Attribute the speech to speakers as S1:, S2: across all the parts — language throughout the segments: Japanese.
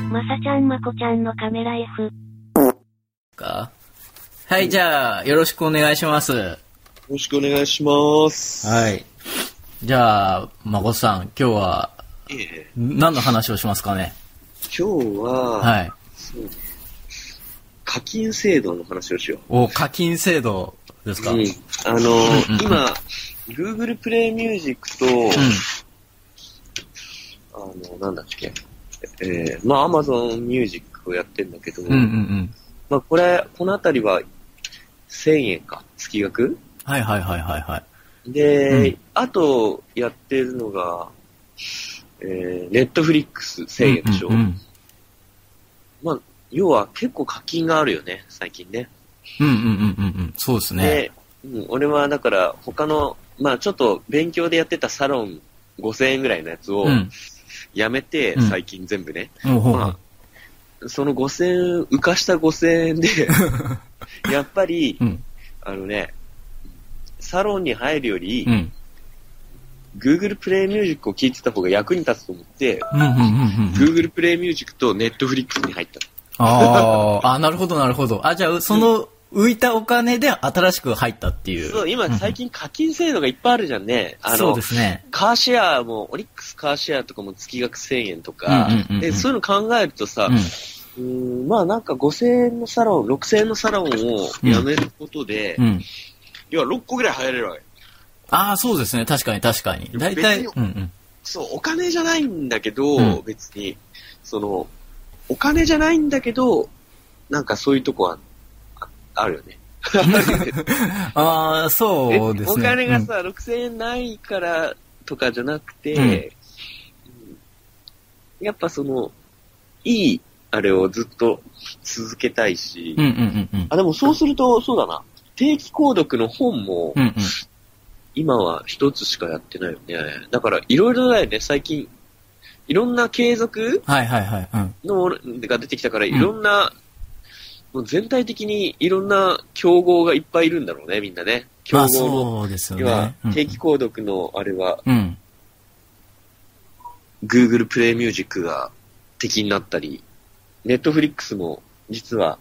S1: んまこちゃんのカメラ F。
S2: かはい、じゃあ、よろしくお願いします。
S3: ろしくお願いします。
S2: はい。じゃあ、まこさん、今日は、
S3: ええ
S2: 何の話をしますかね
S3: 今日は、
S2: はい。
S3: そうね課金制度の話をしよ
S2: お、課金制度です
S3: う。
S2: か、
S3: うん
S2: うん、
S3: あの
S2: うんうん、
S3: 今、Google プレイミュージックと、あの、なんだっけ、えー、まあ Amazon ミュージックをやってんだけど、
S2: うん、うんうん。
S3: まあこれ、このあたりは1000円か、月額
S2: はいはいはいはいはい。
S3: で、
S2: うん
S3: あとやってるのが、えー、Netflix1000 円でしょ。
S2: うんうん
S3: まあ、要は結構課金があるよね、最近ね。
S2: うん。うんうんうんうんうん。そうですね。
S3: で、うん、俺はだから他の、まあちょっと勉強でやってたサロン5000円ぐらいのやつを
S2: うん。
S3: やめて、
S2: うん
S3: 最近全部ね。
S2: おほうほ
S3: まあ、その5000円、浮かした5000円で、 やっぱり
S2: う。う、ん。
S3: あのね、サロンに入るより、
S2: うん。
S3: Google プレイミュージックを聞いてた方が役に立つと思って、
S2: うんうんうんうん。
S3: Google プレイミュージックと Netflix に入った。
S2: あーあ、なるほどなるほど。あ、じゃあ、その、浮いたお金で新しく入ったっていう。
S3: そう、今最近課金制度がいっぱいあるじゃんね。あ
S2: そう
S3: の
S2: で、すね。
S3: カーシェアも、オリックスカーシェアとかも月額1000円と
S2: う
S3: か
S2: んうんうんうん、
S3: でそういうの考えるとさ、
S2: う
S3: うーんまあなんか5000円のサロン、6000円のサロンをやめることで、
S2: ん。うん。
S3: 要は6個ぐらい入れるわけ。
S2: ああ、そうですね。確かに確かに。大体、
S3: 別
S2: うんうん。
S3: そう、お金じゃないんだけど、
S2: うん
S3: 別に、その、お金じゃないんだけど、なんかそういうとこは、ああるよ ね。
S2: ああ、そうで
S3: え
S2: すね。
S3: お金が
S2: うん
S3: さ、6000円ないからとかじゃなくて、
S2: うん
S3: うんやっぱその、いい、あれをずっと続けたいし、
S2: うんうんうんうん。
S3: あ、でもそうすると、そうだな。定期購読の本も
S2: う、んうん。
S3: 今は一つしかやってないよね。だから、いろいろだよね、最近。いろんな継続
S2: はいはいはい。うん。
S3: のが出てきたから、いろんな、もう全体的にいろんな競合がいっぱいいるんだろうね、みんなね。競
S2: ま
S3: 合
S2: あ
S3: の。
S2: そうですよ
S3: 要は
S2: ね。うん、
S3: 定期購読のあれは、
S2: うん。
S3: Google プレイミュージックが敵になったり、Netflix も実は、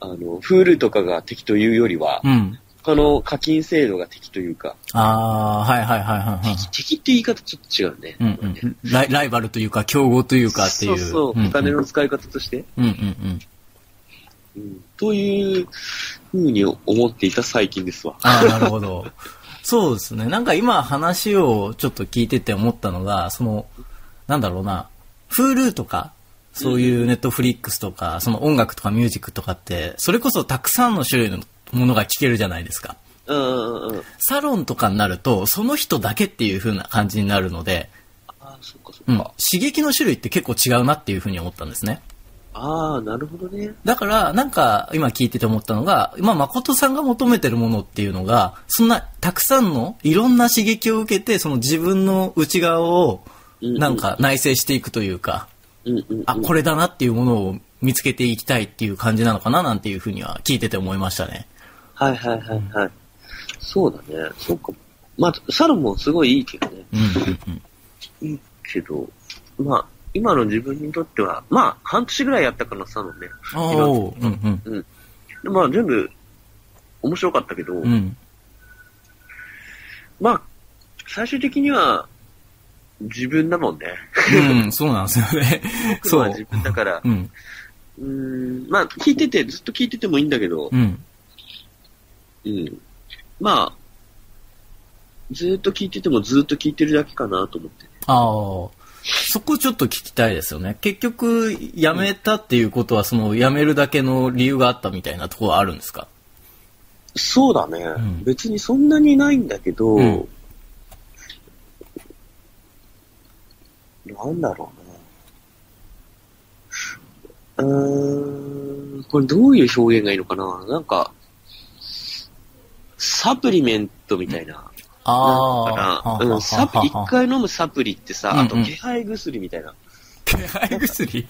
S3: あの、Hulu とかが敵というよりは、
S2: うん。
S3: 他の課金制度が敵というか、
S2: ああ、はいはいはいはいはい。
S3: 敵って言い方ちょっと違うね。
S2: うんうん、ライライバルというか、競合というかっていう。
S3: そうそう、
S2: んん
S3: お金の使い方として、
S2: うんうんうん。
S3: うんというふうに思っていた最近ですわ。
S2: ああ、なるほど。そうですね。なんか今話をちょっと聞いてて思ったのが、その、なんだろうな、Hulu とか、そういうネットフリックスとか、その音楽とかミュージックとかって、それこそたくさんの種類のものが聴けるじゃないですか。
S3: うんうんうん。
S2: サロンとかになると、その人だけっていう風な感じになるので、
S3: ああ、そっかそっか。
S2: うん、刺激の種類って結構違うなっていう風に思ったんですね。
S3: ああ、なるほどね。
S2: だから、なんか、今聞いてて思ったのが、今、誠さんが求めてるものっていうのが、そんな、たくさんの、いろんな刺激を受けて、その自分の内側を、
S3: うんうん
S2: なんか、内省していくというか、
S3: うんうん、うん。
S2: あ、これだなっていうものを見つけていきたいっていう感じなのかな、なんていうふうには聞いてて思いましたね。
S3: はいはいはいはい。そうだね。そうかも。まあ、サロンもすごいいいけどね。
S2: うん、うん、 うん。
S3: いいけど、まあ、今の自分にとっては、まあ、半年ぐらいやったからサロンね。
S2: おー、うん、
S3: でまあ、全部、面白かったけど、
S2: うん。うん。
S3: まあ、最終的には、自分だもんね。
S2: うん、そうなんですよ ね。
S3: 僕 の
S2: そ
S3: は
S2: う
S3: 自。分 だから、
S2: うん、
S3: うーん、まあ、聞いてて、ずっと聞いててもいいんだけど
S2: う、ん。
S3: うん。まあ、ずーっと聞いててもずーっと聞いてるだけかなと思って。
S2: ああ、そこちょっと聞きたいですよね。結局、辞めたっていうことは、その辞めるだけの理由があったみたいなところはあるんですか
S3: そうだね、
S2: ん
S3: 別にそんなにないんだけど、
S2: うん
S3: なんだろうな。うーん、これどういう表現がいいのかななんか、サプリメントみたいな。なん
S2: あ
S3: か
S2: あ、
S3: なうん、サプリ、一
S2: か
S3: 回飲むサプリっ
S2: う
S3: て
S2: ん
S3: さ、
S2: うん
S3: あと気配薬みたいな。
S2: 気配薬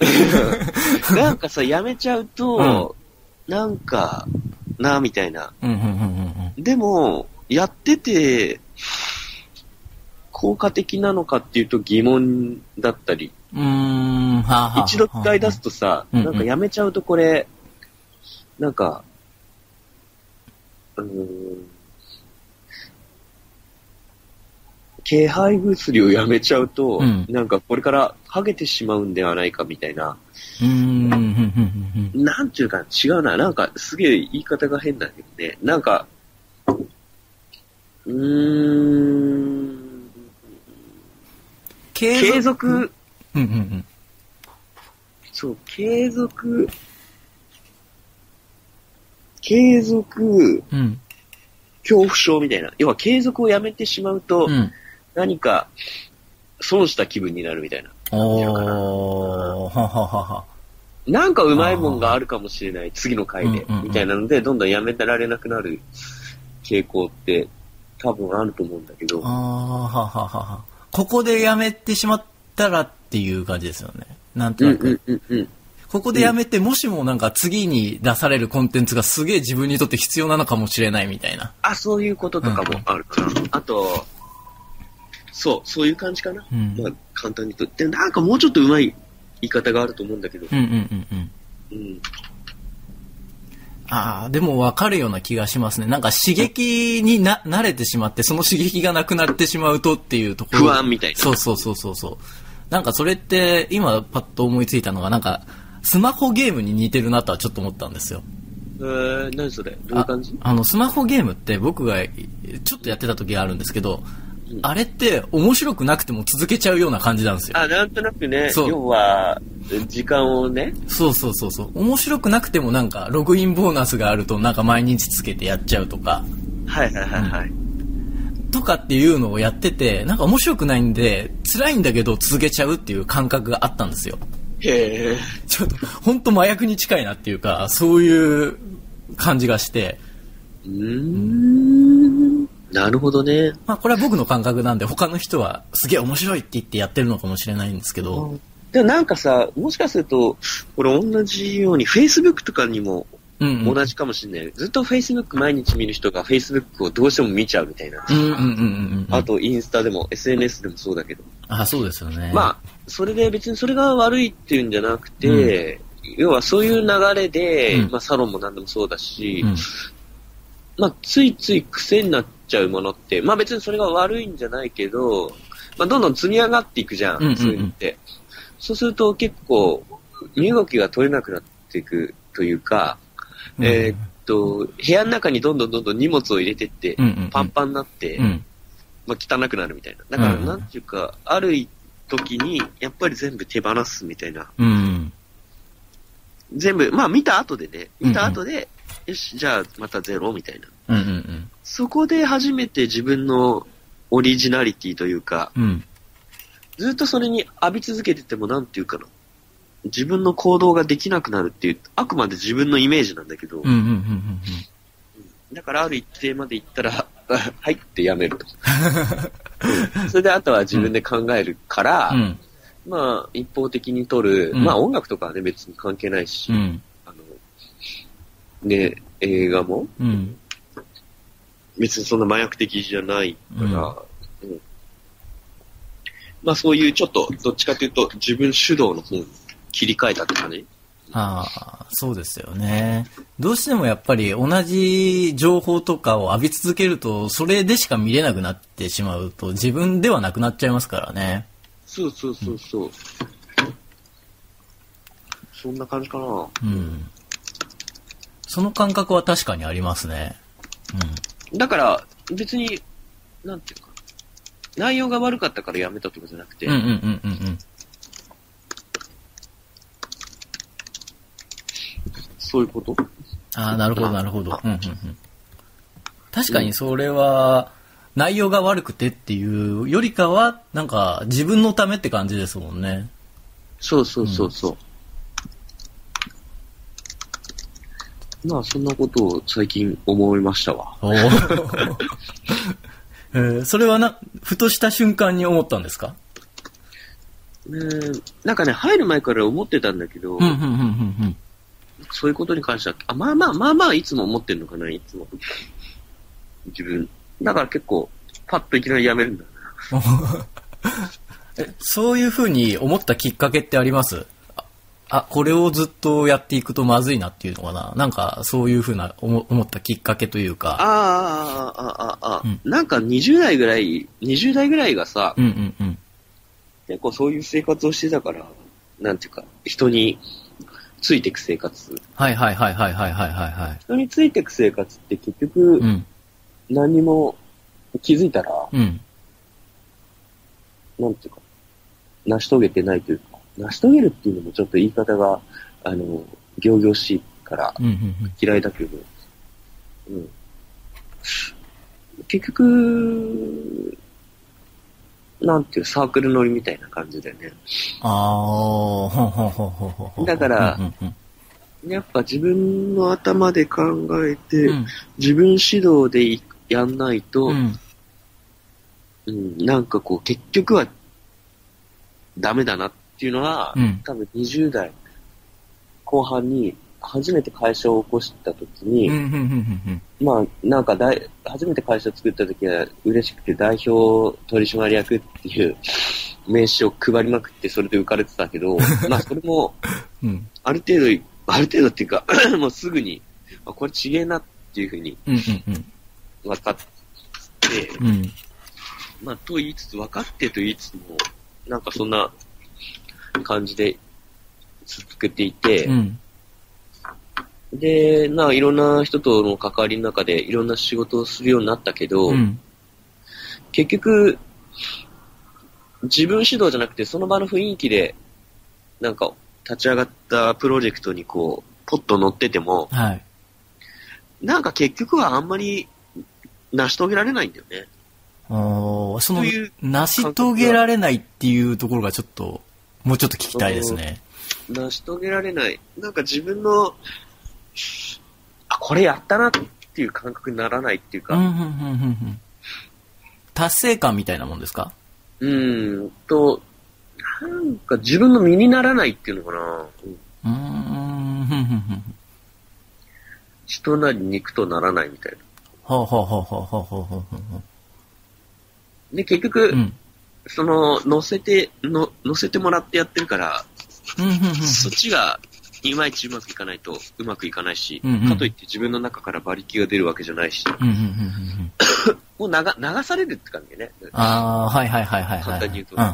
S3: なんかさ、やめちゃうと、なんか、な、みたいな。
S2: うんうんうんうん
S3: でも、やってて、効果的なのかっていうと疑問だったり
S2: うーん、はあ、はあ。
S3: 一度使い出すとさ、
S2: うんうん
S3: なんかやめちゃうとこれ、なんか、うーん、気配薬をやめちゃうと、
S2: うん
S3: なんかこれからハゲてしまうんではないかみたいな、
S2: うーん、ふんふんふんふん
S3: なんていうか違うな、なんかすげえ言い方が変なんだけどね、なんか、うーん、
S2: 継
S3: 継続、
S2: うん、うん、うん。
S3: そう、継続、継続
S2: うん。
S3: 恐怖症みたいな。要は継続をやめてしまうと
S2: う、ん。
S3: 何か損した気分になるみたいな。
S2: おー、はははは。
S3: なんかうまいもんがあるかもしれない、次の回で
S2: うんうんう、ん
S3: みたいなので、どんどんやめられなくなる傾向って多分あると思うんだけど
S2: あー、、はははは。ここでやめてしまったらっていう感じですよね。なんと
S3: うん
S2: な
S3: う
S2: く
S3: ん。うんうん。
S2: ここでやめて、もしもなんか次に出されるコンテンツがすげえ自分にとって必要なのかもしれないみたいな。
S3: あ、そういうこととかもあるかな。あと、そう、そういう感じかな。
S2: うん
S3: まあ、簡単に言うと。で、なんかもうちょっとうまい言い方があると思うんだけど
S2: う、んうんうんうん。
S3: うん。
S2: ああ、でもわかるような気がしますね。なんか刺激にな、慣れてしまって、その刺激がなくなってしまうとっていうところ。
S3: 不安みたいな
S2: そうそうそうそうそう。なんかそれって、今パッと思いついたのが、なんか、スマホゲームに似てるなとはちょっと思ったんですよ。
S3: えー、何それどういう感じ
S2: ああの、スマホゲームって僕がちょっとやってた時があるんですけど、
S3: うん
S2: あれって面白くなくても続けちゃうような感じなんですよ。
S3: あ、なんとなくね、
S2: そう
S3: 要は、時間をね、
S2: そうそうそうそう。面白くなくてもなんか、ログインボーナスがあるとなんか毎日つけてやっちゃうとか、
S3: はいはいはいはい。
S2: とかっていうのをやってて、なんか面白くないんで、辛いんだけど続けちゃうっていう感覚があったんですよ。
S3: へえ。
S2: ちょっと、ほんと麻薬に近いなっていうか、そういう感じがして、
S3: うーん。なるほどね。
S2: まあこれは僕の感覚なんで、他の人はすげえ面白いって言ってやってるのかもしれないんですけど、
S3: でもなんかさ、もしかすると、これ同じように、Facebook とかにも
S2: うん、うん。
S3: 同じかもしれない。ずっと Facebook 毎日見る人が Facebook をどうしても見ちゃうみたいな。
S2: うんうんうんうんうん。
S3: あと、インスタでも、SNS でもそうだけど。
S2: あ、そうですよね。
S3: まあ、それで別にそれが悪いっていうんじゃなくて、要はそういう流れで、
S2: うん
S3: まあサロンも何でもそうだし、
S2: うん、
S3: まあついつい癖になっちゃうものって、まあ別にそれが悪いんじゃないけど、まあどんどん積み上がっていくじゃん、
S2: うんうんうん
S3: そういうのって。そうすると結構、身動きが取れなくなっていくというか、
S2: うん
S3: えーっと、部屋の中にどんどんどんどん荷物を入れてって、
S2: うんうんうん
S3: パンパンになって、
S2: うん。
S3: まあ、汚くなるみたいな。だから、
S2: うん
S3: なんていうか、ある時に、やっぱり全部手放すみたいな。
S2: うん。
S3: 全部、まあ見た後でね、
S2: うんうん
S3: 見た後で、よし、じゃあまたゼロみたいな。
S2: うんうん
S3: そこで初めて自分のオリジナリティというか、
S2: うん。うん。
S3: ずっとそれに浴び続けてても、なんていうかな。自分の行動ができなくなるっていう、あくまで自分のイメージなんだけ
S2: う
S3: ど、
S2: んうんうんうん
S3: だからある一定まで行ったら、 はいってやめると。うんそれであとは自分で考えるから、
S2: うん。うん。
S3: まあ、一方的に撮る、
S2: うん
S3: まあ音楽とかはね、別に関係ないし、
S2: うん。
S3: あの、ね、映画も
S2: うん。
S3: 別にそんな麻薬的じゃないから、うんまあそういうちょっと、どっちかというと自分主導の方に切り替えたとかね。
S2: ああ、そうですよね。どうしてもやっぱり同じ情報とかを浴び続けると、それでしか見れなくなってしまうと、自分ではなくなっちゃいますからね。
S3: そうそうそうそう。そんな感じかな。
S2: うん。その感覚は確かにありますね。
S3: だから、別に、なんていうか、内容が悪かったからやめたとかじゃなくて、
S2: うん。うんうんうんうんうん。
S3: そういうこと
S2: ああ、なるほど、なるほど。うんうんうん、確かにそれは、内容が悪くてっていうよりかは、なんか自分のためって感じですもんね。
S3: そうそうそうそう。まあ、そんなことを最近思いましたわ。
S2: おー えーそれはな、ふとした瞬間に思ったんですか
S3: うんなんかね、入る前から思ってたんだけど、
S2: うん、うん、うん、うん。
S3: そういうことに関しては、あまあまあまあまあ、いつも思ってんのかな、いつも。自分。だから結構、パッといきなりやめるんだ。
S2: えそういうふうに思ったきっかけってありますああ、これをずっとやっていくとまずいなっていうのかななんか、そういうふうな思思ったきっかけというか。
S3: あーあー、あーあー、あーあー、
S2: う
S3: なんか20代ぐらい、20代ぐらいがさ、
S2: うんうんうん。
S3: 結構そういう生活をしてたから、なんていうか、人についてく生活。
S2: はいはいはいはいはいはいはいはい。
S3: 人についてく生活って結局
S2: う、ん。
S3: 何にも気づいたら、
S2: うん。
S3: なんていうか、成し遂げてないというか、成し遂げるっていうのもちょっと言い方が、あの、行々しいから
S2: うんうんうん。
S3: 嫌いだけど、うん。結局、なんていう、サークル乗りみたいな感じだよね。
S2: ああ、ほんほんほんほんほんほん。
S3: だから
S2: うんうん
S3: やっぱ自分の頭で考えて、
S2: うん。
S3: 自分指導でいやんないと、
S2: う
S3: うんんなんかこう、結局は、ダメだなっていうのは、
S2: うん
S3: 多分20代後半に初めて会社を起こした時
S2: う
S3: に、
S2: んうんうんうん
S3: まあなんかだい初めて会社を作った時は嬉しくて代表取締役っていう名刺を配りまくってそれで浮かれてた けど、まあそれも
S2: うん。うん
S3: ある程度、ある程度っていうか、 もうすぐに、あこれちげえなっていうふうに
S2: うんうん
S3: 分かって、
S2: うん。うん。
S3: まあと言いつつ分かってと言いつつも、なんかそんな感じで続けていて、
S2: うん。
S3: で、なあ、いろんな人との関わりの中で、いろんな仕事をするようになったけど、
S2: うん。
S3: 結局、自分指導じゃなくて、その場の雰囲気で、なんか、立ち上がったプロジェクトにこう、ポッと乗ってても、
S2: はい。
S3: なんか結局はあんまり、成し遂げられないんだよね。
S2: おーその
S3: という、
S2: 成し遂げられないっていうところがちょっと、もうちょっと聞きたいですね。
S3: 成し遂げられない。なんか自分の、あ、これやったなっていう感覚にならないっていう
S2: うん、うん、う
S3: か、
S2: ん、うんうん。達成感みたいなもんですか
S3: うん、と、なんか自分の身にならないっていうのかな。うん
S2: うーん、うん、うん、うん。
S3: 血となり肉とならないみたいな。
S2: ほうほうほうほうほうほうほうほ
S3: で、結局、
S2: う。うん。
S3: その、乗せて、の、乗せてもらってやってるから、
S2: うん、うん、うん。
S3: そっちが、いまいちうまくいかないと、うまくいかないし、
S2: うんうん
S3: かといって自分の中から馬力が出るわけじゃないし、
S2: うん、うん、うんうんうん。
S3: もう流、流されるって感じね。
S2: ああ、はいはいはいはい、はい。
S3: 簡単に言うと
S2: んんん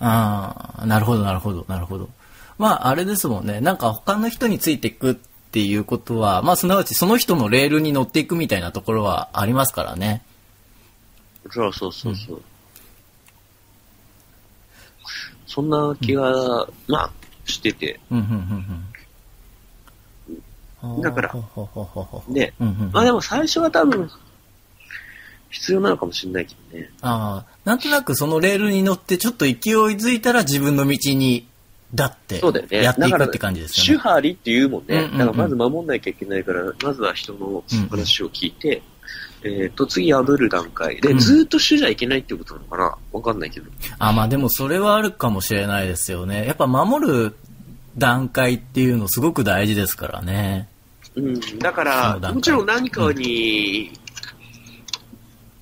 S2: ああ、なるほどなるほど、なるほど。まあ、あれですもんね。なんか他の人についていくっていうことは、まあ、すなわちその人のレールに乗っていくみたいなところはありますからね。
S3: そうそうそうそう。そんな気が、まあ、してて、
S2: うん、うん、うん、うん。
S3: だから
S2: ほうほうほうほうほう
S3: で、
S2: うんうんうん
S3: まあでも最初は多分、必要なのかもしれないけどね。
S2: ああ、なんとなくそのレールに乗ってちょっと勢いづいたら自分の道に、だって、
S3: そうだよね。
S2: やっていくって感じですよ
S3: だから主張ありって言うもんね。
S2: うんうんうん
S3: だからまず守んなきゃいけないから、まずは人の話を聞いて、えっ、と、次破る段階で、
S2: うん
S3: ずーっと主じゃいけないってことなのかなわかんないけど。
S2: あ、まあでもそれはあるかもしれないですよね。やっぱ守る段階っていうのすごく大事ですからね。
S3: うん。だか
S2: そう
S3: ら、
S2: だ
S3: もちろん何かに、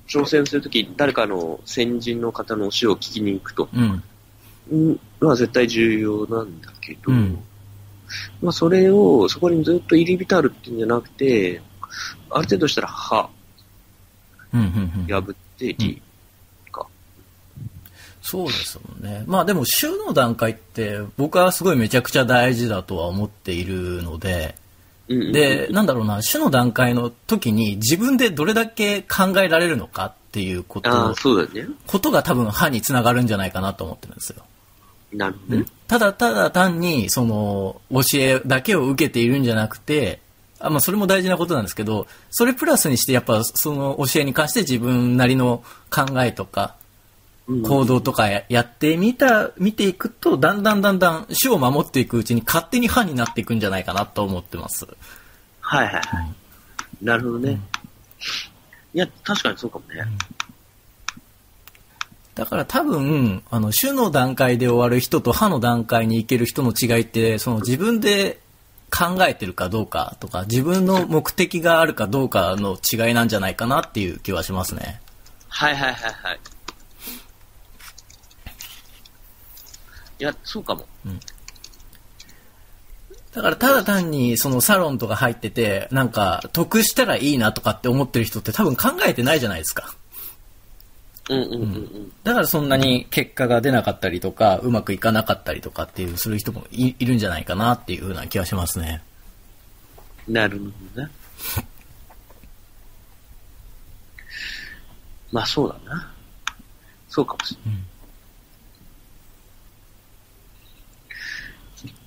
S3: 挑戦するとき、誰かの先人の方の教えを聞きに行くと。
S2: うん。
S3: うん。まあ絶対重要なんだけど、
S2: うん
S3: まあそれを、そこにずっと入り浸るっていうんじゃなくて、ある程度したら、は、
S2: うん、うん、うん。
S3: 破って、りか。
S2: そうですもんね。まあでも、週の段階って僕はすごいめちゃくちゃ大事だとは思っているので、
S3: うんうんうん
S2: で、なんだろうな、種の段階の時に自分でどれだけ考えられるのかっていうこ
S3: ああ、
S2: と、
S3: そうだよね。
S2: ことが多分歯につながるんじゃないかなと思ってるんですよ。
S3: なるほどね。
S2: ただただ単にその教えだけを受けているんじゃなくてあ、まあ、それも大事なことなんですけどそれプラスにしてやっぱその教えに関して自分なりの考えとか
S3: うん
S2: 行動とかややってみた見ていくとだんだんだんだん種を守っていくうちに勝手に歯になっていくんじゃないかなと思ってます。
S3: はいはいはい。なるほどね。いや、確かにそうかもね。
S2: だから多分、あの、種の段階で終わる人と歯の段階に行ける人の違いって、その自分で考えてるかどうかとか、自分の目的があるかどうかの違いなんじゃないかなっていう気はしますね。
S3: はいはいはいはい。いや、そうかも。
S2: だからただ単にそのサロンとか入ってて、なんか得したらいいなとかって思ってる人って多分考えてないじゃないですか。
S3: うんうんうんうん。
S2: だからそんなに結果が出なかったりとか、うまくいかなかったりとかっていう、する人もいいるんじゃないかなっていうふうな気がしますね。
S3: なるほどね。まあそうだな。そうかもしれない。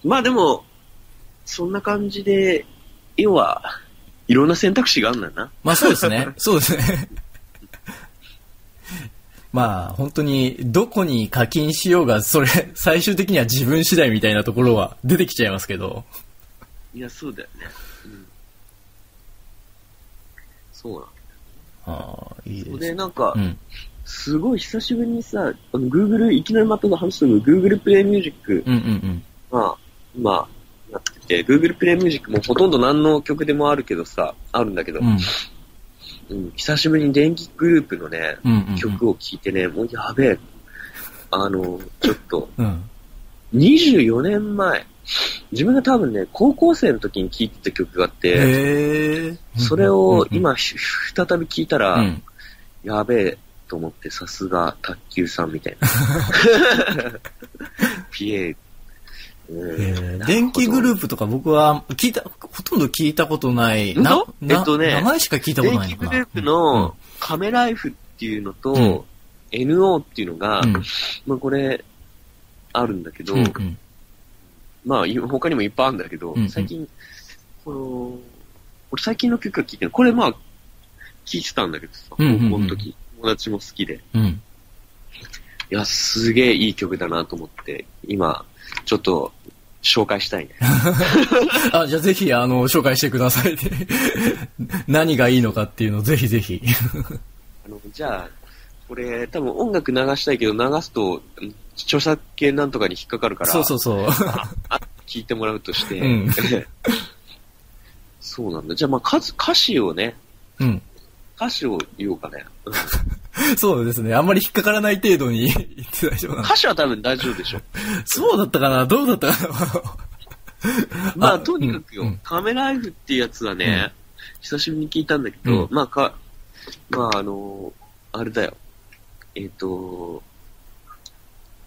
S3: まあでも、そんな感じで、要は、いろんな選択肢があるんだな。
S2: まあそうです ね。そうですね。まあ本当にどこに課金しようが、それ最終的には自分次第みたいなところは出てきちゃいますけど。
S3: いや、そうだよね。うん、そうなん
S2: ああ、いい
S3: それ
S2: です
S3: で、
S2: ね。
S3: なんか、
S2: うん。
S3: すごい久しぶりにさ、あの、Google、いきなりまたの話する Google プレイミュージック
S2: うんうんうん。
S3: まあ、まあ、なってて、Google プレイミュージックもほとんど何の曲でもあるけどさ、あるんだけど、
S2: うん
S3: うん久しぶりに電気グループのね、
S2: うんうんうん。
S3: 曲を聴いてね、もうやべえ。あの、ちょっと、
S2: うん。
S3: 24年前、自分が多分ね、高校生の時に聴いてた曲があって、
S2: へえ。
S3: それを今、ひ再び聴いたら、
S2: うん。
S3: やべえと思って、さすが卓球さんみ たいな。ピエール。うん
S2: えー電気グループとか僕は聞いた、ほとんど聞いたことない。な
S3: 本、当
S2: な
S3: えっとね
S2: 名前しか聞いたことない
S3: 電気
S2: のか
S3: グ
S2: な。
S3: ループ
S2: うん
S3: のカメライフっていうのと、
S2: うん
S3: NO っていうのが、
S2: うん
S3: まあこれ、あるんだけど、
S2: うんうん
S3: まあい他にもいっぱいあるんだけど、
S2: うんうん
S3: 最近、この、俺最近の曲が聴いてる。これまあ、聴いてたんだけどさ、高校
S2: うんうんうん
S3: の時、友達も好きで。い
S2: うん。
S3: や、すげえいい曲だなと思って、今、ちょっと、紹介した いね。
S2: あ、じゃあぜひ、あの、紹介してくださいね。 何がいいのかっていうのをぜひぜひ。
S3: あの、じゃあ、これ、多分音楽流したいけど、流すと、うん著作権なんとかに引っかかるから、
S2: そうそうそう。
S3: 聞いてもらうとして、
S2: うん
S3: そうなんだ。じゃあ、まあ、数、歌詞をね、
S2: うん。
S3: 歌詞を言おうかね。うん
S2: そうですね。あんまり引っかからない程度に言って大丈夫なの。
S3: 歌詞は多分大丈夫でしょ。
S2: そうだったかなどうだったか
S3: まあ、とにかくよ、
S2: うんうん
S3: カメラライフっていうやつはね、久しぶりに聞いたんだけ
S2: う
S3: ど、
S2: ん
S3: まあ、か、まあ、あのーあれだよ。えっ、と、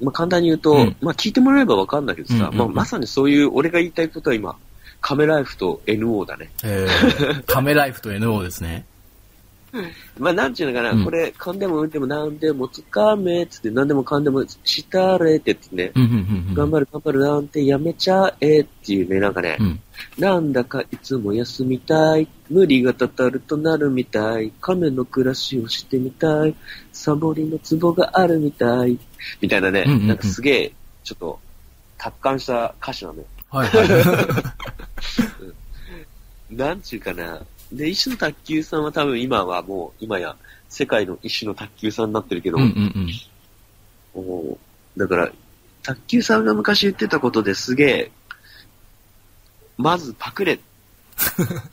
S3: まあ、簡単に言うと、
S2: うん
S3: まあ、聞いてもらえばわかんだけどさ、
S2: うんうんうん
S3: まあ、まさにそういう、俺が言いたいことは今、カメラライフと NO だね。
S2: な えーカメライフと NO ですね。
S3: まあ、なんちゅうのかな、
S2: うん
S3: これ、噛んでも打ってもなんでもつかめ、つって、なんでもかんでもしたれってってね、
S2: うんうんうん。
S3: 頑張る頑張るなんてやめちゃえっていうね、なんかね、
S2: うん。
S3: なんだかいつも休みたい、無理がたたるとなるみたい、亀の暮らしをしてみたい、サボりのツボがあるみたい、みたいなね、
S2: うんうんうん
S3: なんかすげえ、ちょっと、達観した歌詞なのよ。
S2: はいはい。
S3: なんちゅうかな。で、一種の卓球さんは多分今はもう、今や世界の一種の卓球さんになって るけど、
S2: うんうんうん。
S3: おーだから、卓球さんが昔言ってたことですげえ、まずパ クれ。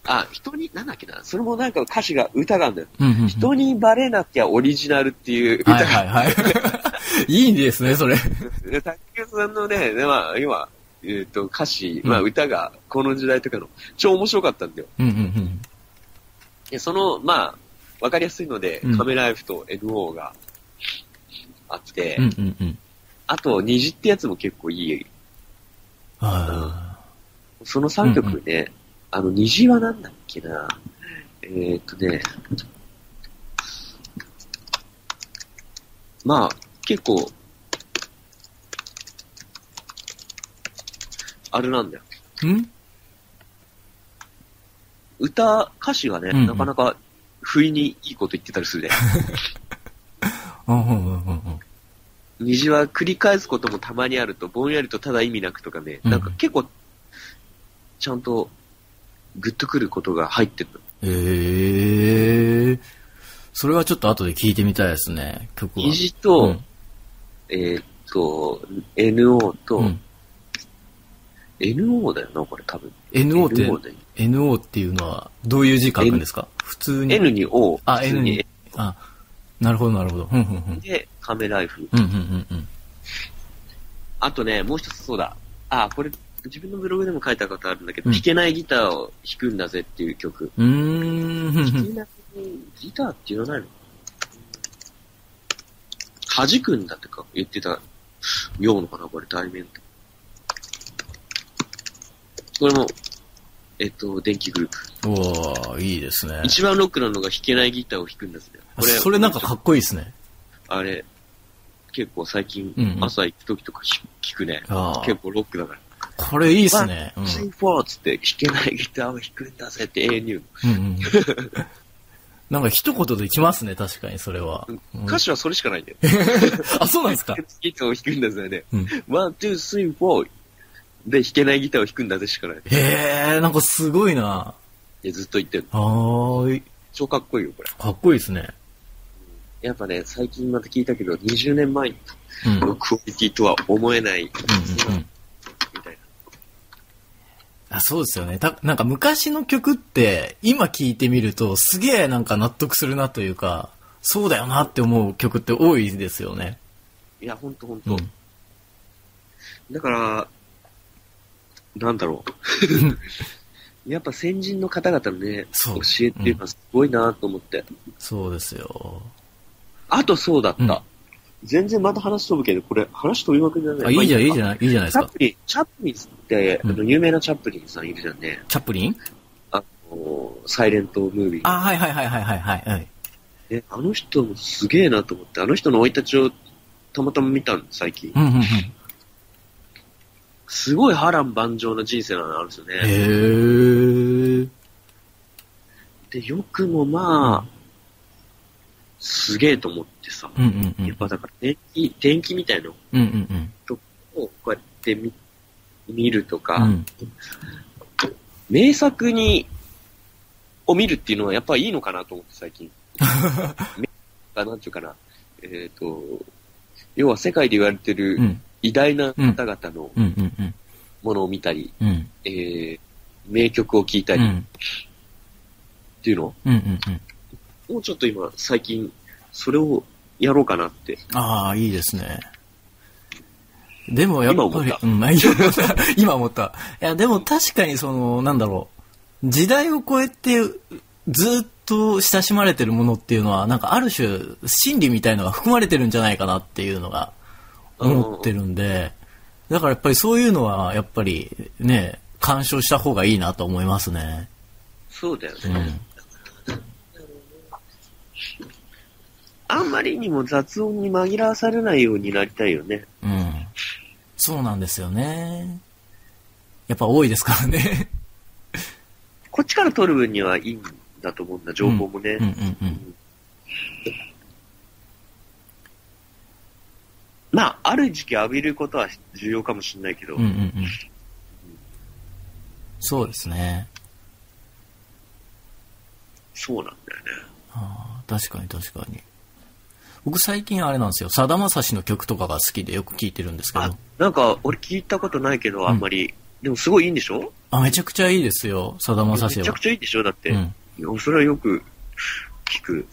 S3: あ、人に、なんだっけな、それもなんか歌詞が、歌があるんだよ。
S2: うんうんうん
S3: 人にバレなきゃオリジナルっていう歌が、
S2: はいはいはい。いいですね、それ。
S3: で卓球さんのね、でまあ、今、えーと歌詞、まあ、
S2: うん
S3: 歌が、この時代とかの、超面白かったんだよ。
S2: うんうん
S3: でその、まあ、わかりやすいので、
S2: うん
S3: カメラ F と NO があって、
S2: うん。うんうんうん。
S3: あと、虹ってやつも結構いい
S2: あ
S3: その3曲ね、あの、虹はなんだっけな。えー、っとね、まあ、結構、あれなんだよ。
S2: ーん
S3: 歌、歌詞がね、
S2: うんうん
S3: なかなか、不意にいいこと言ってたりするね。
S2: あうんうんうんうん
S3: 虹は繰り返すこともたまにあると、ぼんやりとただ意味なくとかね、
S2: うん
S3: なんか結構、ちゃんと、グッとくることが入ってるの。
S2: ええ。それはちょっと後で聞いてみたいですね、曲は。
S3: 虹と、えーっと、NO と、
S2: うんうん
S3: NO だよな、これ多分。
S2: NO っ
S3: NO
S2: て、
S3: だよ
S2: NO っていうのはどういう字書くんですか普通に。
S3: N に O。
S2: あ、
S3: 普通
S2: N に。あ、なるほど、なるほど。うん、うん、うん。
S3: で、カメライフ。
S2: うん、うん、うん、うん。
S3: あとね、もう一つそうだ。あ、これ、自分のブログでも書いたことあるんだけ
S2: う
S3: ど、
S2: ん
S3: 弾けないギターを弾くんだぜっていう曲。
S2: うーんふんふ
S3: 弾
S2: ん。
S3: けないギターって言わないの弾くんだってか言ってたようのかな、これ、題名の。これも、えっと、電気グループ。
S2: おおいいですね。
S3: 一番ロックなのが弾けないギターを弾くんですね。
S2: あそれなんかかっこいいですね。
S3: あれ、結構最近
S2: うんう、ん
S3: 朝行く時とかひ聞くね。
S2: あー
S3: 結構ロックだから。
S2: これいいですね。う
S3: ワンツー
S2: ん。
S3: フォーっつって弾けないギターを弾くんだぜって永遠に言う
S2: うんうん、 なんか一言できますね、確かにそれは。う
S3: の。
S2: ん
S3: 歌詞はそれしかないんだよ。
S2: あ、そうなんですか。
S3: ギターを弾くんだぜで
S2: うん。
S3: ワン、ツー、スリー、フォーで弾けないギターを弾くんだぜしかない。
S2: へえ、なんかすごいな。
S3: いやずっと言ってる。
S2: あーい、
S3: 超かっこいいよ、これ。
S2: かっこいいですね。
S3: やっぱね、最近また聞いたけど、20年前
S2: うん。うんうん
S3: のクオリティとは思えない、み
S2: うん。
S3: たい
S2: あそうですよね。た、なんか昔の曲って、今聴いてみると、すげえなんか納得するなというか、そうだよなって思う曲って多いですよね。
S3: な。いや、ほんとほん
S2: う
S3: と。
S2: ん。
S3: だから、なんだ ろう。やっぱ先人の方々のね、
S2: そう
S3: 教えっていうのはすごいなと思って。
S2: そうですよ。
S3: あとそうだった。
S2: うん
S3: 全然また話飛ぶけど、これ話飛びまくりじゃな
S2: あ、
S3: い
S2: いいじゃん、いいじ
S3: ゃ
S2: ゃ
S3: ん。
S2: ない、いいじゃないで
S3: チ
S2: す
S3: ャッ
S2: か。
S3: プリン、チャップリンって、あの、有名なチャップリンさんいるじゃんね。
S2: チャップリン
S3: あの、サイレントムービー。
S2: あ、はいはいはいはいはいはいはい。
S3: ね、あの人もすげえなと思って、あの人の生い立ちをたまたま見たの、最近
S2: う。んうんうん。
S3: すごい波乱万丈な人生なの、あるんですよね。
S2: へえ。
S3: で、よくもまあ、すげえと思ってさ。
S2: うんうんうん。
S3: やっぱだから天気、天気みたいの
S2: うんうん
S3: をこうやって見見るとか、
S2: うん。うん。
S3: 名作に、を見るっていうのはやっぱいいのかなと思って 最近。めあなんていうかな。えっ、と、要は世界で言われて
S2: う
S3: る
S2: ん
S3: 偉大な方々の
S2: うんうんうん。
S3: ものを見たり、
S2: うん。
S3: えー名曲を聴いた
S2: うん。う
S3: りっ
S2: ん
S3: ていうのを、
S2: うんうん。
S3: もうちょっと今最近それをやろうかなって。
S2: ああ、いいですね。でもやっ
S3: 今思
S2: ぱ
S3: っ
S2: り
S3: た、
S2: うん、まあ 今思った。今思った。いや、でも確かにその、なんだろう。時代を超えて、ずっと親しまれてるものっていうのは、なんかある種、心理みたいのが含まれてるんじゃないかなっていうのが、思ってるんで、だからやっぱりそういうのは、やっぱりね、干渉した方がいいなと思いますね。
S3: そうだよね。
S2: うん。
S3: あんまりにも雑音に紛らわされないようになりたいよね。
S2: うん。そうなんですよね。やっぱ多いですからね。
S3: こっちから取る分にはいいんだと思うんだ、情報もね。
S2: うんうんうん。
S3: まあ、ある時期浴びることは重要かもしれないけど、
S2: うんうんうん。そうですね。
S3: そうなんだよね。
S2: あー確かに確かに。僕最近あれなんですよ。さだまさしの曲とかが好きでよく聴いてるんですけ
S3: あ
S2: ど。、
S3: なんか、俺聞いたことないけど、あんまり。でも、すごいいいんでしょ
S2: あ、めちゃくちゃいいですよ。さだまさ
S3: め
S2: し
S3: ちゃ
S2: は
S3: く。ちゃいいんでしょだって。
S2: うん。
S3: いやそれはよく聞く。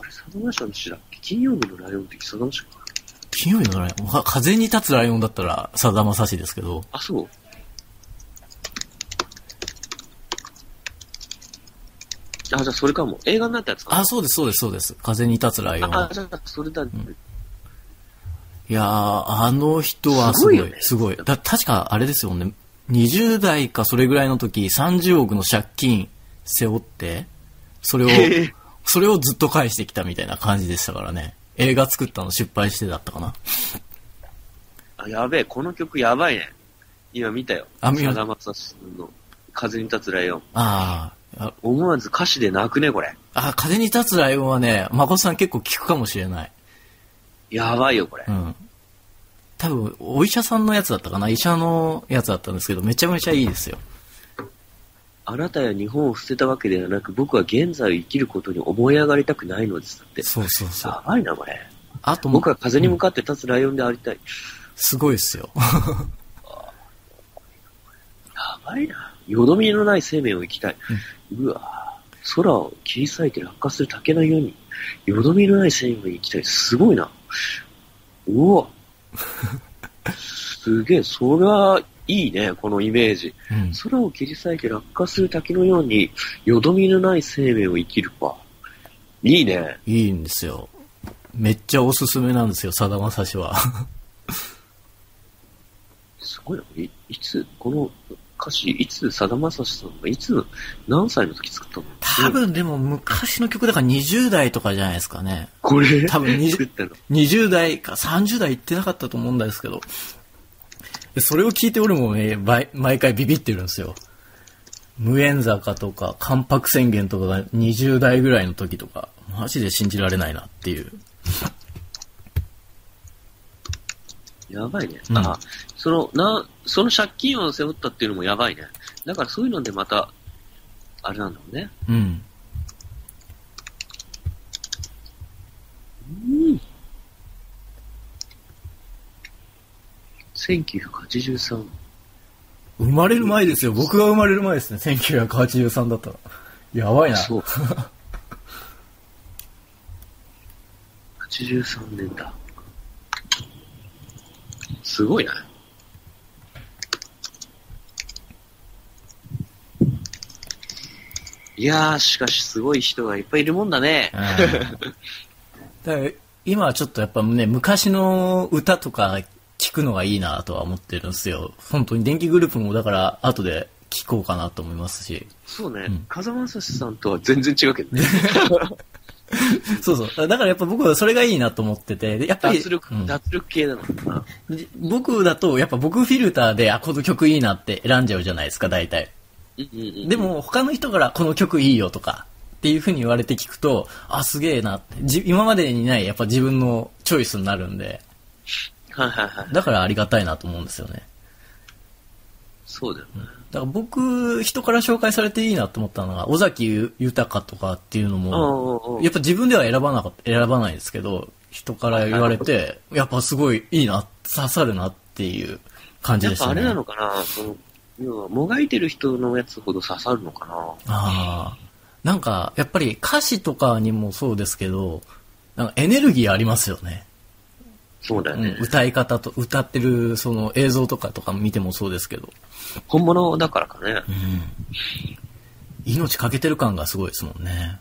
S3: あれ、サダマシャの詩だっけ金曜日のライオン的サダマシャかな
S2: 金曜日のライオンは。風に立つライオンだったらさだまさしですけど。
S3: あ、そうあ、じゃあそれかも。映画になったやつかな
S2: あ、そうですそうですそうです。風に立つライオン。
S3: あ、じゃあそれだ、ね
S2: いやー、あの人はす
S3: す
S2: ご
S3: ご
S2: い、
S3: い
S2: す
S3: よ
S2: ごい。
S3: ね
S2: だ確かあれですよね、20代かそれぐらいの時、30億の借金背負って、それを
S3: へえ、
S2: それをずっと返してきたみたいな感じでしたからね。映画作ったの失敗してだったかな。
S3: あ、やべえ、この曲やばいね。今見たよ。
S2: あ見よ
S3: さだまさしの風に立つライオン。
S2: あーあ、
S3: 思わず歌詞で泣くね、これ。
S2: あ、風に立つライオンはね、誠さん結構聞くかもしれない。
S3: やばいよ、これ
S2: う。ん。多分、お医者さんのやつだったかな医者のやつだったんですけど、めちゃめちゃいいですよ。
S3: あなたや日本を捨てたわけではなく、僕は現在を生きることに思い上がりたくないのです。だって。
S2: そうそうそう。
S3: やばいな、これ。
S2: あともう
S3: 僕は風に向かって立つライオンでありたい。
S2: すごいです よ。
S3: やばいな。よどみのない生命を生きたい。うわぁ空を切り裂いて落下する竹のように。よどみのない西部に行きたい。すごいな。うわ。すげえ、そりゃいいね、このイメージ。
S2: うん。
S3: 空を切り裂いて落下する滝のように、よどみのない生命を生きるか。いいね。
S2: いいんですよ。めっちゃおすすめなんですよ、さだまさしは。
S3: すごいな。いいつ、この歌詞、いつ、さだまさしさんが、いつ、何歳の時作ったの
S2: 多
S3: ね
S2: 分でも昔の曲だから20代とかじゃないですかね。
S3: これ、
S2: 多分
S3: 作っ
S2: 20
S3: たの。
S2: 20代か30代行ってなかったと思うんですけど。でそれを聞いて俺もね、毎毎回ビビってるんですよ。無縁坂とか、関白宣言とかが20代ぐらいの時とか、マジで信じられないなっていう。
S3: やばいね。
S2: うん
S3: あ、その、な、その借金を背負ったっていうのもやばいね。だからそういうのでまた、あれなんだろうね。
S2: うん。
S3: うん。1983。
S2: 生まれる前ですよ。僕が生まれる前ですね。1983だったら。やばいな。
S3: そう。83年だ。すごいな。いやー、しかしすごい人がいっぱいいるもんだね。
S2: だから今はちょっとやっぱね、昔の歌とか聞くのがいいなとは思ってるんですよ。本当に電気グループもだから後で聞こうかなと思いますし。
S3: そうね、
S2: うん
S3: 風間さしさんとは全然違うけどね。
S2: そうそう。だからやっぱ僕はそれがいいなと思ってて、でやっぱり、
S3: 脱力、
S2: うん
S3: 脱力系なのかな。
S2: で僕だとやっぱ僕フィルターで、あ、この曲いいなって選んじゃうじゃないですか、大体。
S3: うんうんうん
S2: で、も他の人からこの曲いいよとかっていう風に言われて聞くと、あ、すげえなって、じ今までにないやっぱ自分のチョイスになるんで、
S3: はいはいはい。
S2: だからありがたいなと思うんですよね。
S3: そうだよね。
S2: だから僕、人から紹介されていいなと思ったのが、尾崎豊とかっていうのも、
S3: うんうんうん
S2: やっぱ自分では選ばなかった、選ばないですけど、人から言われて、やっぱすごいいいな、刺さるなっていう感じ
S3: や
S2: で
S3: っ
S2: した
S3: ぱ
S2: ね。
S3: あれなのかな、その、要は、もがいてる人のやつほど刺さるのかな。
S2: ああ。なんか、やっぱり歌詞とかにもそうですけど、なんかエネルギーありますよね。
S3: そうだよ
S2: う
S3: ね。
S2: ん、歌い方と、歌ってるその映像とかとか見てもそうですけど。
S3: 本物だからかね。
S2: うん。命かけてる感がすごいですもんね。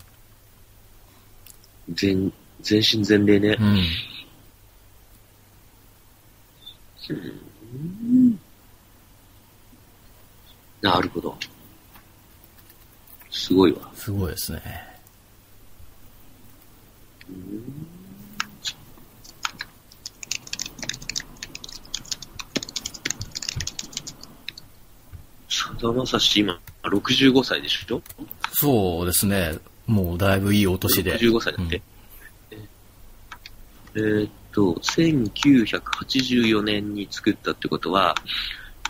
S3: 全、全身全霊ね
S2: う。ん。
S3: なるほど。すごいわ。
S2: すごいですね。
S3: さだまさし、今、65歳でしょ
S2: そうですね。もうだいぶいいお年で。
S3: 65歳だって。えーっと、1984年に作ったってことは、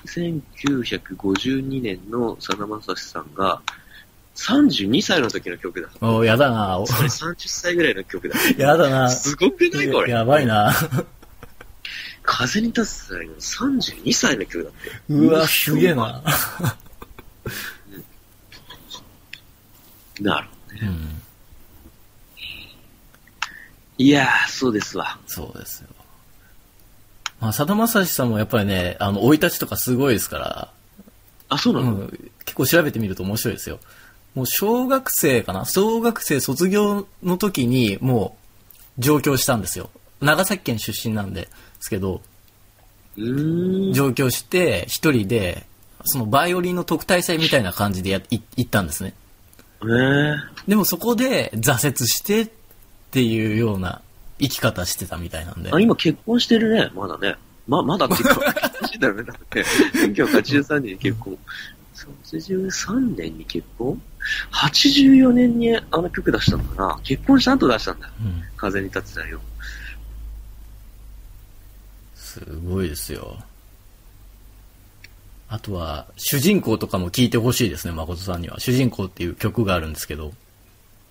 S3: 1952年のさだまさしさんが、32歳の時の曲だ。
S2: うん。おやだな。 お
S3: それ30歳ぐらいの曲だ。
S2: やだな。
S3: すごくないこれ。
S2: やばい。な。
S3: 風に立つ際の32歳の曲だって。
S2: うわ、すげえな。
S3: なるほど。
S2: うん。
S3: いやー、そうですわ。
S2: そうですよ。まあ、さだまさしさんもやっぱりね、あの、生い立ちとかすごいですから、
S3: あ、そうな
S2: う
S3: の、
S2: ん、結構調べてみると面白いですよ。もう小学生かな小学生卒業の時にもう上京したんですよ。長崎県出身なんですけど、
S3: うーん。
S2: 上京して一人で、そのバイオリンの特待生みたいな感じでやい行ったんですね。
S3: ね
S2: でもそこで挫折してっていうような生き方してたみたいなんで。
S3: あ、今結婚してるね、まだね。ま、まだって いうか、結婚してんだよね、だって。1983年に結婚。83年に結婚 ?84 年にあの曲出したのかな結婚した後出したんだ。
S2: うん
S3: 風に立つだよ。
S2: すごいですよ。あとは、主人公とかも聞いてほしいですね、誠さんには。主人公っていう曲があるんですけど、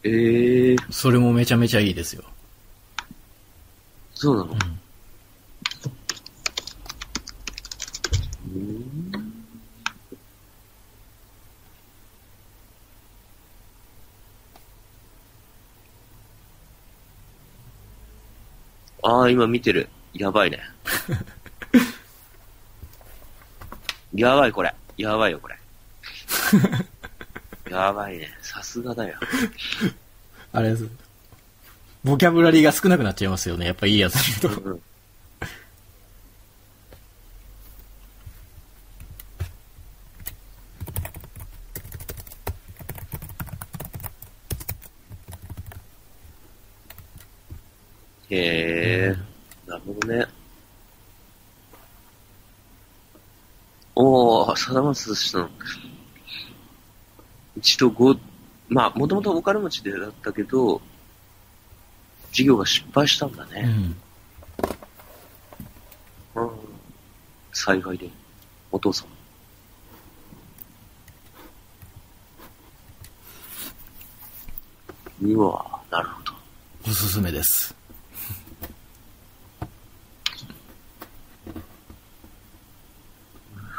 S3: えー、
S2: それもめちゃめちゃいいですよ。
S3: そうな
S2: ん
S3: の、うーんああ、今見てる。やばい ね。やばい、これ。やばいよ、これ。やばいね。さすがだよ。
S2: あれです。ボキャブラリーが少なくなっちゃいますよね。やっぱいいやつ見ると。
S3: うんへえ、なるほどね。おー、さだまさしさん。一度ご、まあ、もともとお金持ちでだったけど、事業が失敗したんだね。
S2: うん。
S3: うん災害で、お父さん。うわなるほど。
S2: おすすめです。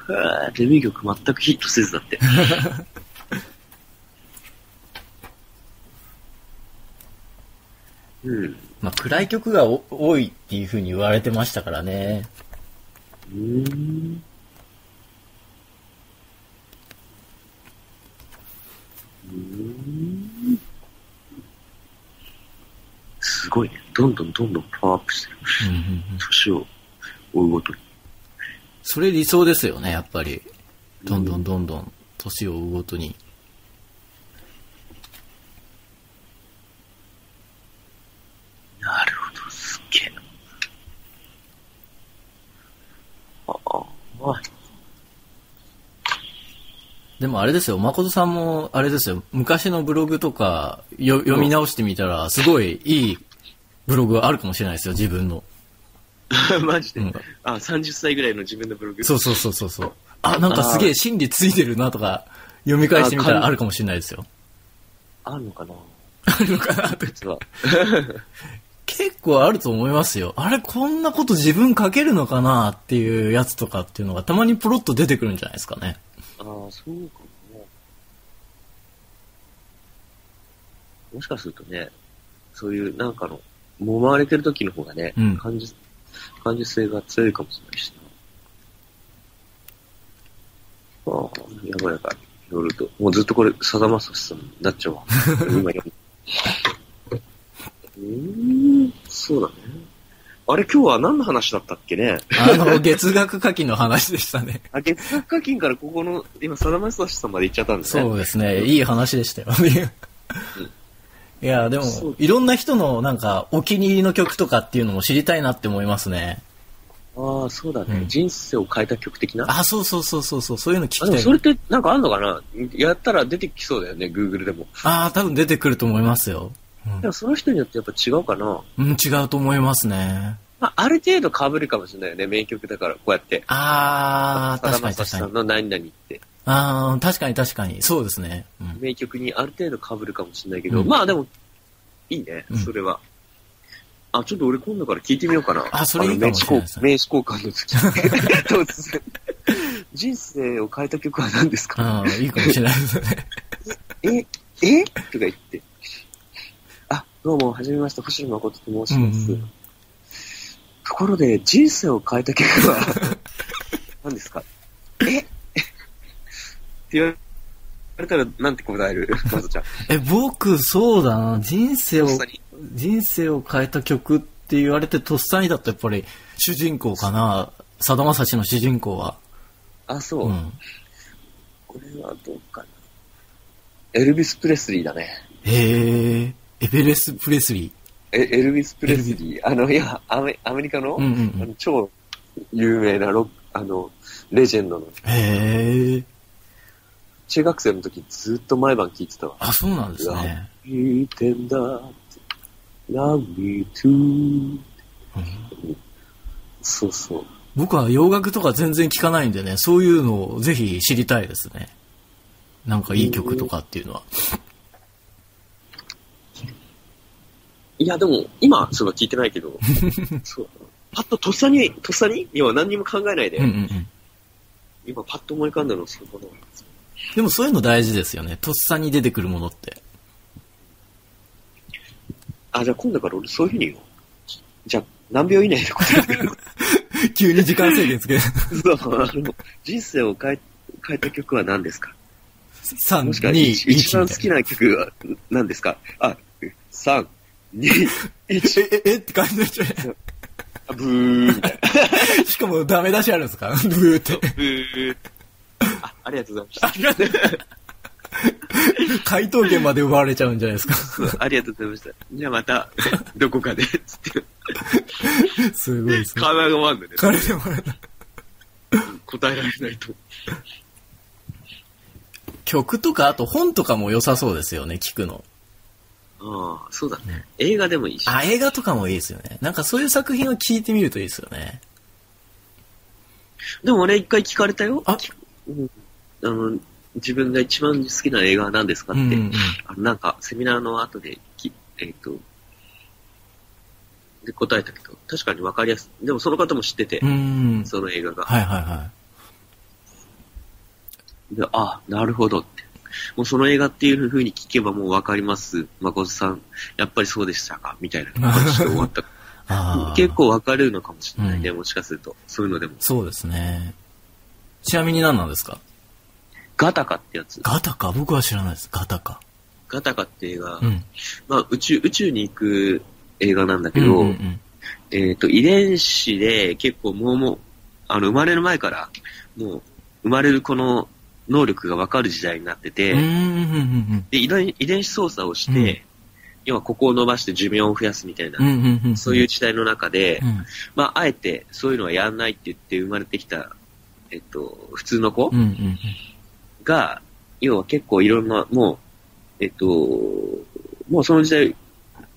S3: うわデビュー曲全くヒットせずだって。うん。う
S2: まあ、暗い曲がお多いっていう風に言われてましたからね。
S3: ーん。うーんすごいね。どんどんどんどんパワーアップしてる。
S2: うんうんうん
S3: 年を追うごとに。
S2: それ理想ですよね、やっぱり。どんどんどんどん、年を追うごとに。
S3: なるほど、すっげえ。ああ、まあ、
S2: でもあれですよ、誠さんも、あれですよ、昔のブログとかよ読み直してみたら、すごいいいブログがあるかもしれないですよ、自分の。
S3: マジで、
S2: うん
S3: あ、30歳ぐらいの自分のブログ。
S2: そうそうそうそうそう。あ、なんかすげえ心理ついてるなとか、読み返してみた
S3: あ
S2: ら
S3: かん
S2: あるかもしれないですよ。
S3: あるのかな
S2: あるのかなって。
S3: 実は。
S2: 結構あると思いますよ。あれ、こんなこと自分書けるのかなっていうやつとかっていうのがたまにポロッと出てくるんじゃないですかね。
S3: ああ、そうかもね。もしかするとね、そういうなんかの、揉まれてる時の方がね、
S2: うん
S3: 感じ、感受性が強いかもしれないしな。ああ、やばいやばい。いろいろと。もうずっとこれ、さだまさしさんになっちゃ うわ。今読む。うーん、そうだね。あれ、今日は何の話だったっけね
S2: あの、月額課金の話でしたね。
S3: あ、月額課金からここの、今、さだまさしさんまで行っちゃったんですね。
S2: そうですね。 いい話でしたよ。いや、でも
S3: そう、
S2: いろんな人のなんか、お気に入りの曲とかっていうのも知りたいなって思いますね。
S3: ああ、そうだね、
S2: うん
S3: 人生を変えた曲的な。あ、
S2: あ、そうそうそうそうそう、そういうの聞き
S3: で
S2: た
S3: も
S2: い
S3: それってなんかあんのかなやったら出てきそうだよね、Google でも。
S2: ああ、多分出てくると思いますよ。
S3: でもその人によってやっぱ違うかな。
S2: うん、違うと思いますね。
S3: まあ、ある程度被るかもしれないよね、名曲だから、こうやって。
S2: ああ、
S3: さだ
S2: 確か
S3: ま
S2: に
S3: さし
S2: 確か
S3: さん
S2: に。
S3: の何々って、
S2: ああ、確かに確かに。そうですね。うん、
S3: 名曲にある程度被るかもしれないけど、
S2: うん
S3: まあでも、いいね
S2: うん、
S3: それは。あ、ちょっと俺今度から聞いてみようかな。
S2: あそれいいかもしれないですね
S3: 名刺交名刺交換の 時。突然。 人生を変えた曲は何ですか
S2: あーいいかもしれないですね。
S3: え、えとか言って。あ、どうも、はじめまして、星野誠と申します。
S2: うん
S3: ところで、人生を変えた曲 は、何ですかえって言われたら、なんて答えるまずちゃん。
S2: え、僕、そうだな。人生を
S3: とっさに、
S2: 人生を変えた曲って言われて、とっさにだとやっぱり、主人公かな。さだまさしの主人公は。
S3: あ、そう。
S2: うん。
S3: これはどうかな。エルビス・プレスリーだね。
S2: へえ、エベレス・プレスリ
S3: えエルビス・プレスリー。あの、いや、アメアメリカの,、
S2: ー。うんうんう
S3: あ
S2: ん。
S3: の超有名なロック、あの、レジェンドの
S2: へえ、
S3: 中学生の時ずっと毎晩聴いてたわ。
S2: あ、そうなんですね。
S3: 聞いてんだって。Love me too.
S2: うん
S3: そうそう。
S2: 僕は洋楽とか全然聞かないんでね、そういうのをぜひ知りたいですね。なんかいい曲とかっていうのは。
S3: いや、でも、今、そういえば聞いてないけ ど、そう。パッととっさに、とっさに要は何にも考えないで、
S2: うんうんうん。
S3: 今パッと思い浮かんだのはそういうことなんですよ
S2: でもそういうの大事ですよね。とっさに出てくるもの って。
S3: あ、じゃあ今度から俺そういうふうに言おう。じゃあ、何秒以内で答えてくれる。
S2: 急に時間制限つける。
S3: そうあの人生を変え、変えた曲は何ですか
S2: 3、2、
S3: もしくは
S2: 1
S3: 一一番
S2: み
S3: 好
S2: たいな
S3: きな曲は何ですかあ、3、2、1、
S2: え、え、えって感じの人ね。
S3: あブーみたいな。
S2: しかもダメ出しあるんですかブー って。
S3: ブー。あ、ありがとうございまし
S2: 回答権まで奪われちゃうんじゃないですか。
S3: た。ありがとうございました。じゃあまた、どこかで、つって。
S2: すごいですね。
S3: 体が回るんでね、
S2: 彼でもらえた。
S3: 答えられないと。
S2: 曲とか、あと本とかも良さそうですよね、聞くの。
S3: ああ、そうだね。映画でもいいし。
S2: あ、映画とかもいいですよね。なんかそういう作品を聞いてみるといいですよね。
S3: でも俺一回聞かれたよ。
S2: あ
S3: きうんあの、自分が一番好きな映画は何ですか
S2: う
S3: って。
S2: んうんうん。
S3: あのなんか、セミナーの後でき、えっ、と、で答えたけど、確かに分かりやすい。でもその方も知ってて
S2: う、ん。
S3: その映画が。
S2: はいはいは
S3: であ、なるほどって。もうその映画っていう風に聞けばもう分かります。誠さん、やっぱりそうでしたかみたいな感じで終わった。
S2: い。 ああ。
S3: 結。構分かるのかもしれないね、
S2: う
S3: もしかすると。そういうのでも。
S2: そうですね。ちなみに何なんですか
S3: ガタカってやつ。
S2: ガタカ僕は知らないです。ガタカ。
S3: ガタカって映画、
S2: うん。
S3: まあ宇宙、宇宙に行く映画なんだけど、
S2: うんうんうん
S3: えっ、と、遺伝子で結構もうもう、あの、生まれる前から、もう、生まれるこの能力がわかる時代になってて、
S2: うんうんうんうん
S3: で遺伝、遺伝子操作をし
S2: う
S3: て、
S2: ん
S3: 要はここを伸ばして寿命を増やすみたいな、
S2: うんうんうんん。
S3: そういう時代の中で、
S2: うん。
S3: まあ、あえてそういうのはやんないって言って生まれてきた、えっと、普通の子
S2: うんうんうん。
S3: が、要は結構いろんな、もう、えっと、もうその時代、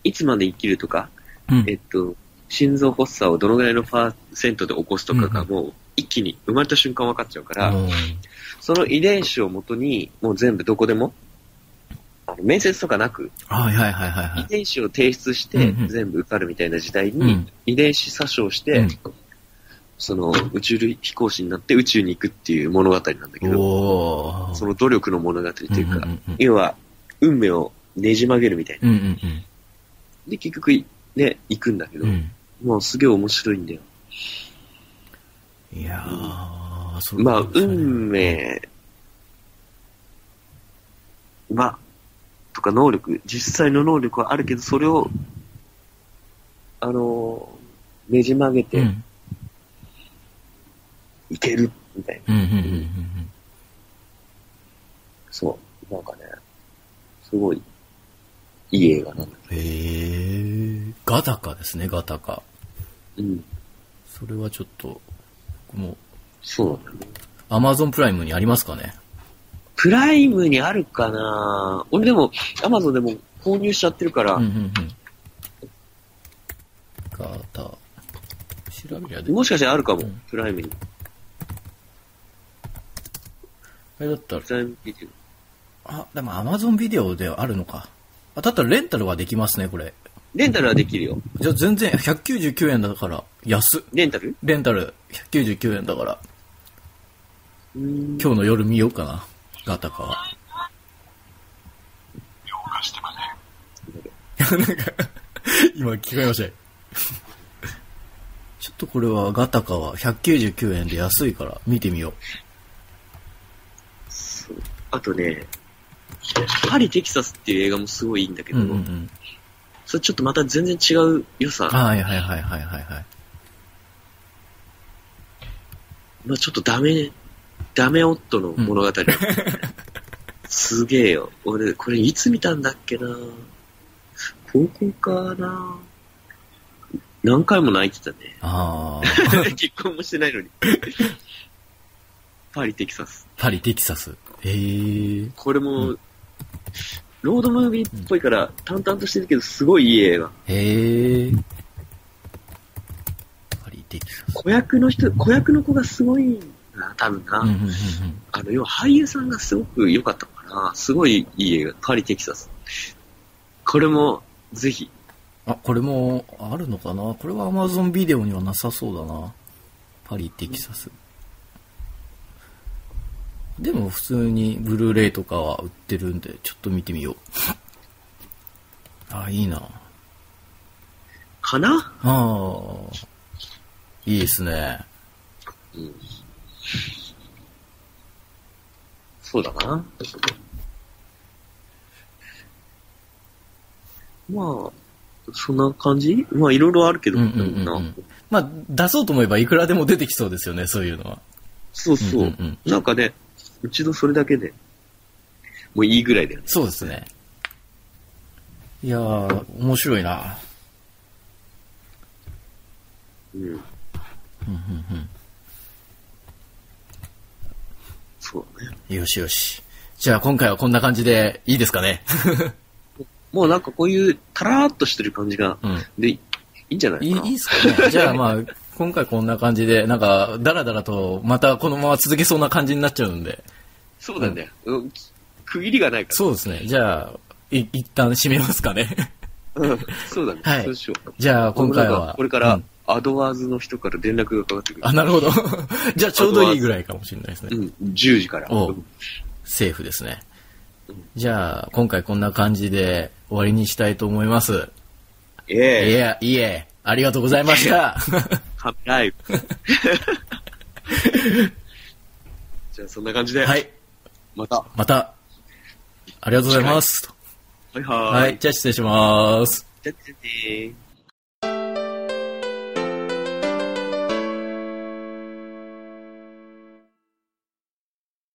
S3: いつまで生きるとか、
S2: うん
S3: えっと、心臓発作をどのぐらいのパーセントで起こすとかが
S2: うん
S3: もう一気に生まれた瞬間分かっちゃうから、
S2: うん
S3: その遺伝子をもとにもう全部どこでも、あの面接とかなく、
S2: はいはいはいはいは
S3: 遺
S2: い。
S3: 伝子を提出し
S2: うん
S3: て
S2: うん
S3: 全部受かるみたいな時代
S2: うん
S3: に、遺伝子詐称して、
S2: うん
S3: その宇宙飛行士になって宇宙に行くっていう物語なんだけど、
S2: おー。
S3: その努力の物語というか、
S2: うんうんうん
S3: 要は運命をねじ曲げるみたいな。
S2: うんうんうん
S3: で、結局ね、行くんだけど、
S2: うん
S3: もうすげえ面白いんだよ。
S2: いやー、そう
S3: まあ、
S2: うん。
S3: 運命、まあ、とか能力、実際の能力はあるけど、それを、あのーねじ曲げ
S2: うん。う
S3: て
S2: ん
S3: いける、みたいな。
S2: うんうんうん
S3: そう。なんかね、すごい、いい映画なんだ。
S2: うん。へー。ガタカですね、ガタカ。
S3: うん。
S2: それはちょっと、僕も
S3: そうなんだね。
S2: アマゾンプライムにありますかね
S3: プライムにあるかな俺でも、アマゾンでも購入しちゃってるから、
S2: うんうんうん。ガタ。調べりゃで、
S3: もしかしたらあるかも、
S2: うん
S3: プライムに。
S2: あれだったら、
S3: プライムビデオ
S2: あ、でもアマゾンビデオではあるのか。あ、だったらレンタルはできますね、これ。
S3: レンタルはできるよ。
S2: じゃあ全然、199円だから、安っ。
S3: レンタル
S2: レンタル199円だから、
S3: うーん
S2: 今日の夜見ようかな。ガタカは。なんか、 今聞こえましたよ ちょっとこれはガタカは199円で安いから見てみよう。
S3: そうあとね、パリ・テキサスっていう映画もすごいいいんだけ
S2: う
S3: ど、
S2: んうんうん。
S3: それちょっとまた全然違う良さ、
S2: はいはいはいはいはいはい。
S3: まあ、ちょっとダメ、ダメ夫の物語。 すげえよ。俺、これいつ見たんだっけな高校かな何回も泣いてた ね。
S2: ああ、
S3: 結婚もしてないのに。パリ・テキサス。
S2: パリ、テキサス。へえー。
S3: これも、ロードムービーっぽいから淡々としてるけど、すごいいい映画。
S2: へえー。パリ、テキサス。
S3: 子役の人、子役の子がすごいな、多分な。
S2: うんうんうんうん。
S3: あの、要は俳優さんがすごく良かったのかな。すごいいい映画、パリ・テキサス。これも、ぜひ。
S2: あ、これもあるのかなこれは Amazon ビデオにはなさそうだな。パリ、テキサス。でも普通にブルーレイとかは売ってるんで、ちょっと見てみよう。あ、いいな。
S3: かな
S2: ああ。いいですね。
S3: そうだな。まあ、そんな感じまあ、いろいろあるけど、
S2: うんうんうんう。
S3: なん
S2: まあ、出そうと思えばいくらでも出てきそうですよね、そういうのは。
S3: そうそう。
S2: うんうん
S3: なんかね、うちのそれだけで、もういいぐらいだよね。
S2: そうですね。いやー、面白いな。
S3: うん。
S2: うんうん
S3: そうだね。
S2: うん。よしよし。じゃあ今回はこんな感じでいいですかね。
S3: もうなんかこういう、たらーっとしてる感じが、
S2: うん。
S3: で、いいんじゃない
S2: いい
S3: かな。
S2: いですか ね。じゃあまあ、今回こんな感じで、なんか、だらだらと、またこのまま続けそうな感じになっちゃうんで。
S3: そうなんだよ。うん区切りがないから。
S2: そうですね。じゃあ、い一旦締めますか ね。
S3: うん そうだね。
S2: はい
S3: そうしよう。
S2: じゃあ今回
S3: 俺なん
S2: は
S3: か。これか
S2: う
S3: ら
S2: ん、
S3: アドワーズの人から連絡がかかってくる
S2: あ、。なるほ ど。じゃあちょうどいいぐらいかもしれないですね
S3: う。ん、10時から。
S2: おう
S3: うん
S2: セーフですね。じゃあ、今回こんな感じで終わりにしたいと思います。
S3: え
S2: い
S3: え
S2: え、いえ、ありがとうございま した。
S3: カメライ ブ。じゃあそんな感じで、
S2: はい。
S3: また。は
S2: また、ありがとうございます。
S3: いはーい。
S2: はい。じゃあ失礼します。
S3: じゃあねー